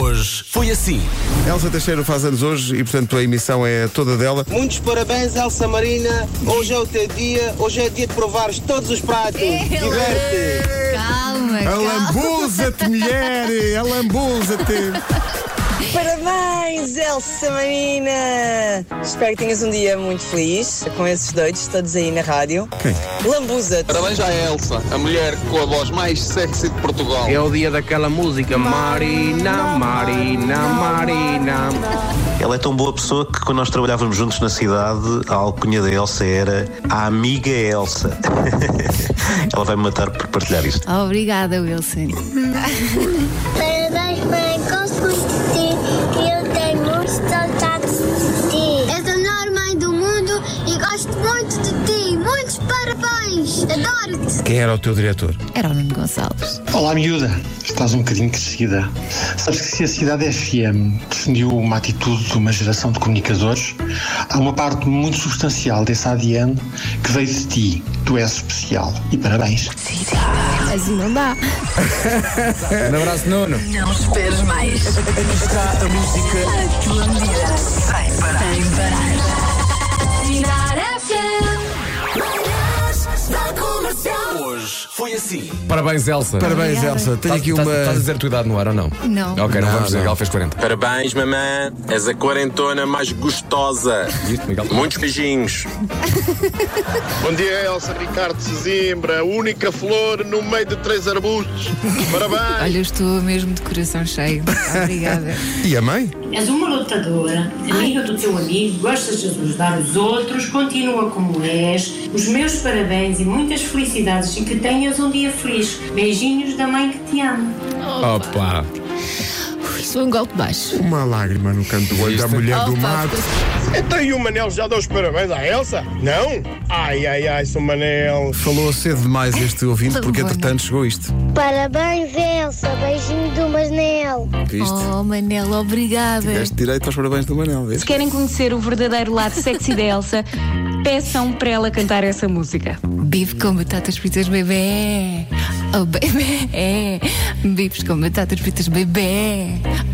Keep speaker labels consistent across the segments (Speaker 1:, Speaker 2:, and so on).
Speaker 1: Hoje foi assim.
Speaker 2: Elsa Teixeira faz anos hoje e, portanto, a emissão é toda dela.
Speaker 3: Muitos parabéns, Elsa Marina. Hoje é o teu dia. Hoje é dia de provares todos os pratos. Diverte!
Speaker 4: Calma, calma.
Speaker 2: Alambuza-te, mulher! Alambuza-te!
Speaker 5: Parabéns, Elsa Marina! Espero que tenhas um dia muito feliz com esses doidos todos aí na rádio.
Speaker 2: Quem?
Speaker 5: Lambuza-te!
Speaker 6: Parabéns à Elsa, a mulher com a voz mais sexy de Portugal.
Speaker 7: É o dia daquela música Marina, Marina, Marina.
Speaker 8: Ela é tão boa pessoa que quando nós trabalhávamos juntos na cidade, a alcunha da Elsa era a amiga Elsa. Ela vai me matar por partilhar isto.
Speaker 4: Obrigada, Wilson.
Speaker 9: Parabéns para construir que eu tenho muitos saudades de ti. És a melhor mãe do mundo e gosto muito de ti. Muitos parabéns! Adoro-te!
Speaker 2: Quem era o teu diretor?
Speaker 4: Era o Nuno Gonçalves.
Speaker 10: Olá, miúda. Estás um bocadinho crescida. Sabes que se a cidade é FM defendiu uma atitude de uma geração de comunicadores, há uma parte muito substancial desse ADN que veio de ti. Tu és especial. E parabéns.
Speaker 4: Assim não dá.
Speaker 1: Um abraço, Nuno.
Speaker 11: Não esperes mais. A tua medida. Sem parar. Sem parar. Tirar
Speaker 1: Hoje foi assim.
Speaker 12: Parabéns, Elsa.
Speaker 2: Parabéns,
Speaker 4: Obrigada.
Speaker 2: Elsa. Tenho aqui
Speaker 12: Estás- Estás Tá- a
Speaker 2: uma.
Speaker 12: dizer a tua idade no ar ou não?
Speaker 4: Não.
Speaker 12: Ok, não,
Speaker 13: Ah,
Speaker 2: Não,
Speaker 12: vamos dizer
Speaker 2: não.
Speaker 12: que ela fez 40.
Speaker 6: Parabéns, mamã. És a quarentona mais gostosa.
Speaker 12: Viste, Miguel?
Speaker 6: Muitos beijinhos.
Speaker 13: Bom dia, Elsa Ricardo Sesimbra, a única flor no meio de três arbustos. Parabéns!
Speaker 4: Olha, eu estou mesmo de coração cheio. Obrigada.
Speaker 2: E a mãe?
Speaker 11: És uma lutadora, amiga do teu amigo, gostas de ajudar os outros, continua como és. Os meus parabéns e muitas felicidades e que tenhas um dia feliz. Beijinhos da mãe que te ama.
Speaker 12: Opa!
Speaker 4: Isso foi um golpe baixo.
Speaker 2: Uma lágrima no canto do olho
Speaker 12: é-
Speaker 2: da mulher do
Speaker 4: Opa,
Speaker 2: mato.
Speaker 13: Então e o Manel já deu os parabéns à Elsa? Não? Ai, ai, ai, sou um Manel.
Speaker 2: Falou cedo demais este ouvinte
Speaker 4: Tudo
Speaker 2: porque,
Speaker 4: bom,
Speaker 2: entretanto, chegou isto.
Speaker 9: Parabéns, Elsa. Beijinho do Manel.
Speaker 2: Viste?
Speaker 4: Oh, Manela, obrigada.
Speaker 2: Deste direito aos parabéns do Manel, viste?
Speaker 11: Querem conhecer o verdadeiro lado sexy da Elsa? Peçam para ela cantar essa música.
Speaker 4: Bife com batatas fritas, bebê. Oh, bebê. Bifes com batatas fritas, bebê.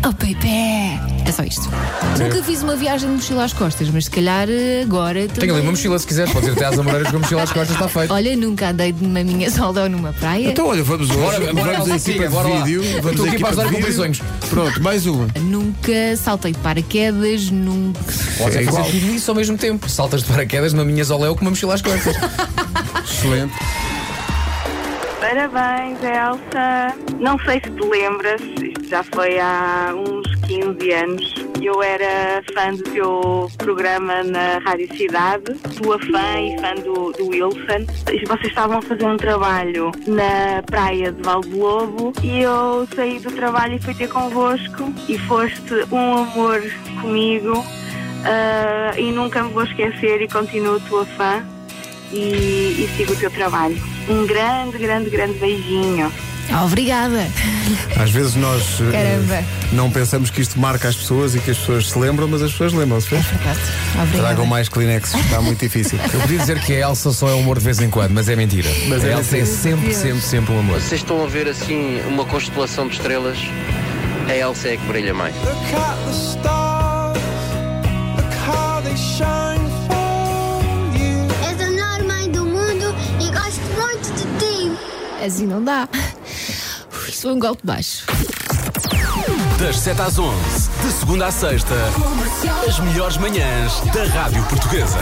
Speaker 4: Oh, bebê. É só isto.
Speaker 12: É.
Speaker 4: Nunca fiz uma viagem de mochila às costas, mas se calhar eh, agora.
Speaker 12: Tenho ali
Speaker 4: também.
Speaker 12: uma mochila se quiseres, podes ir até às Amoreiras com a mochila às costas, está feito.
Speaker 4: Olha, nunca andei de uma minha solda ou numa praia.
Speaker 2: Então, olha, vamos hoje.
Speaker 12: Bora, bora,
Speaker 2: vamos à
Speaker 12: Elsa,
Speaker 2: equipa
Speaker 12: siga, bora
Speaker 2: de
Speaker 12: lá.
Speaker 2: vídeo.
Speaker 12: Eu
Speaker 2: Vamos
Speaker 12: estou
Speaker 2: à
Speaker 12: aqui
Speaker 2: equipa
Speaker 12: para É ajudar
Speaker 2: de
Speaker 12: com
Speaker 2: vídeo.
Speaker 12: prisões.
Speaker 2: Pronto, mais uma.
Speaker 4: Nunca saltei de paraquedas, nunca.
Speaker 12: Podes
Speaker 2: É
Speaker 12: é
Speaker 2: igual.
Speaker 12: fazer tudo isso ao mesmo tempo. Saltas de paraquedas numa minha zoléu com uma mochila às costas.
Speaker 2: Excelente.
Speaker 11: Parabéns, Elsa. Não sei se te lembras, isto já foi há uns 15 anos. Eu era fã do teu programa na Rádio Cidade, tua fã e fã do, do Wilson. E Vocês estavam a fazer um trabalho na praia de Valdelobo e eu saí do trabalho e fui ter convosco e foste um amor comigo ah, e nunca me vou esquecer e continuo tua fã e, e sigo o teu trabalho. Um grande, grande, grande beijinho.
Speaker 4: Obrigada.
Speaker 2: Às vezes nós eh,
Speaker 4: Caramba.
Speaker 2: não pensamos que isto marca as pessoas e que as pessoas se lembram, mas as pessoas lembram-se.
Speaker 4: É
Speaker 2: vês? Tragam
Speaker 4: Obrigada.
Speaker 2: mais Kleenex, está muito difícil.
Speaker 12: Eu podia dizer que a Elsa só é humor de vez em quando, mas é mentira.
Speaker 2: Mas
Speaker 12: a
Speaker 2: é
Speaker 12: Elsa é
Speaker 2: mentira.
Speaker 12: sempre, sempre, sempre um amor.
Speaker 7: Vocês estão a ver assim uma constelação de estrelas? A Elsa é que brilha mais.
Speaker 9: És a melhor mãe do mundo e gosto muito de ti.
Speaker 4: Assim não dá. Isso foi um golpe baixo.
Speaker 1: Das 7 às 11, de segunda à sexta, as melhores manhãs da Rádio Portuguesa.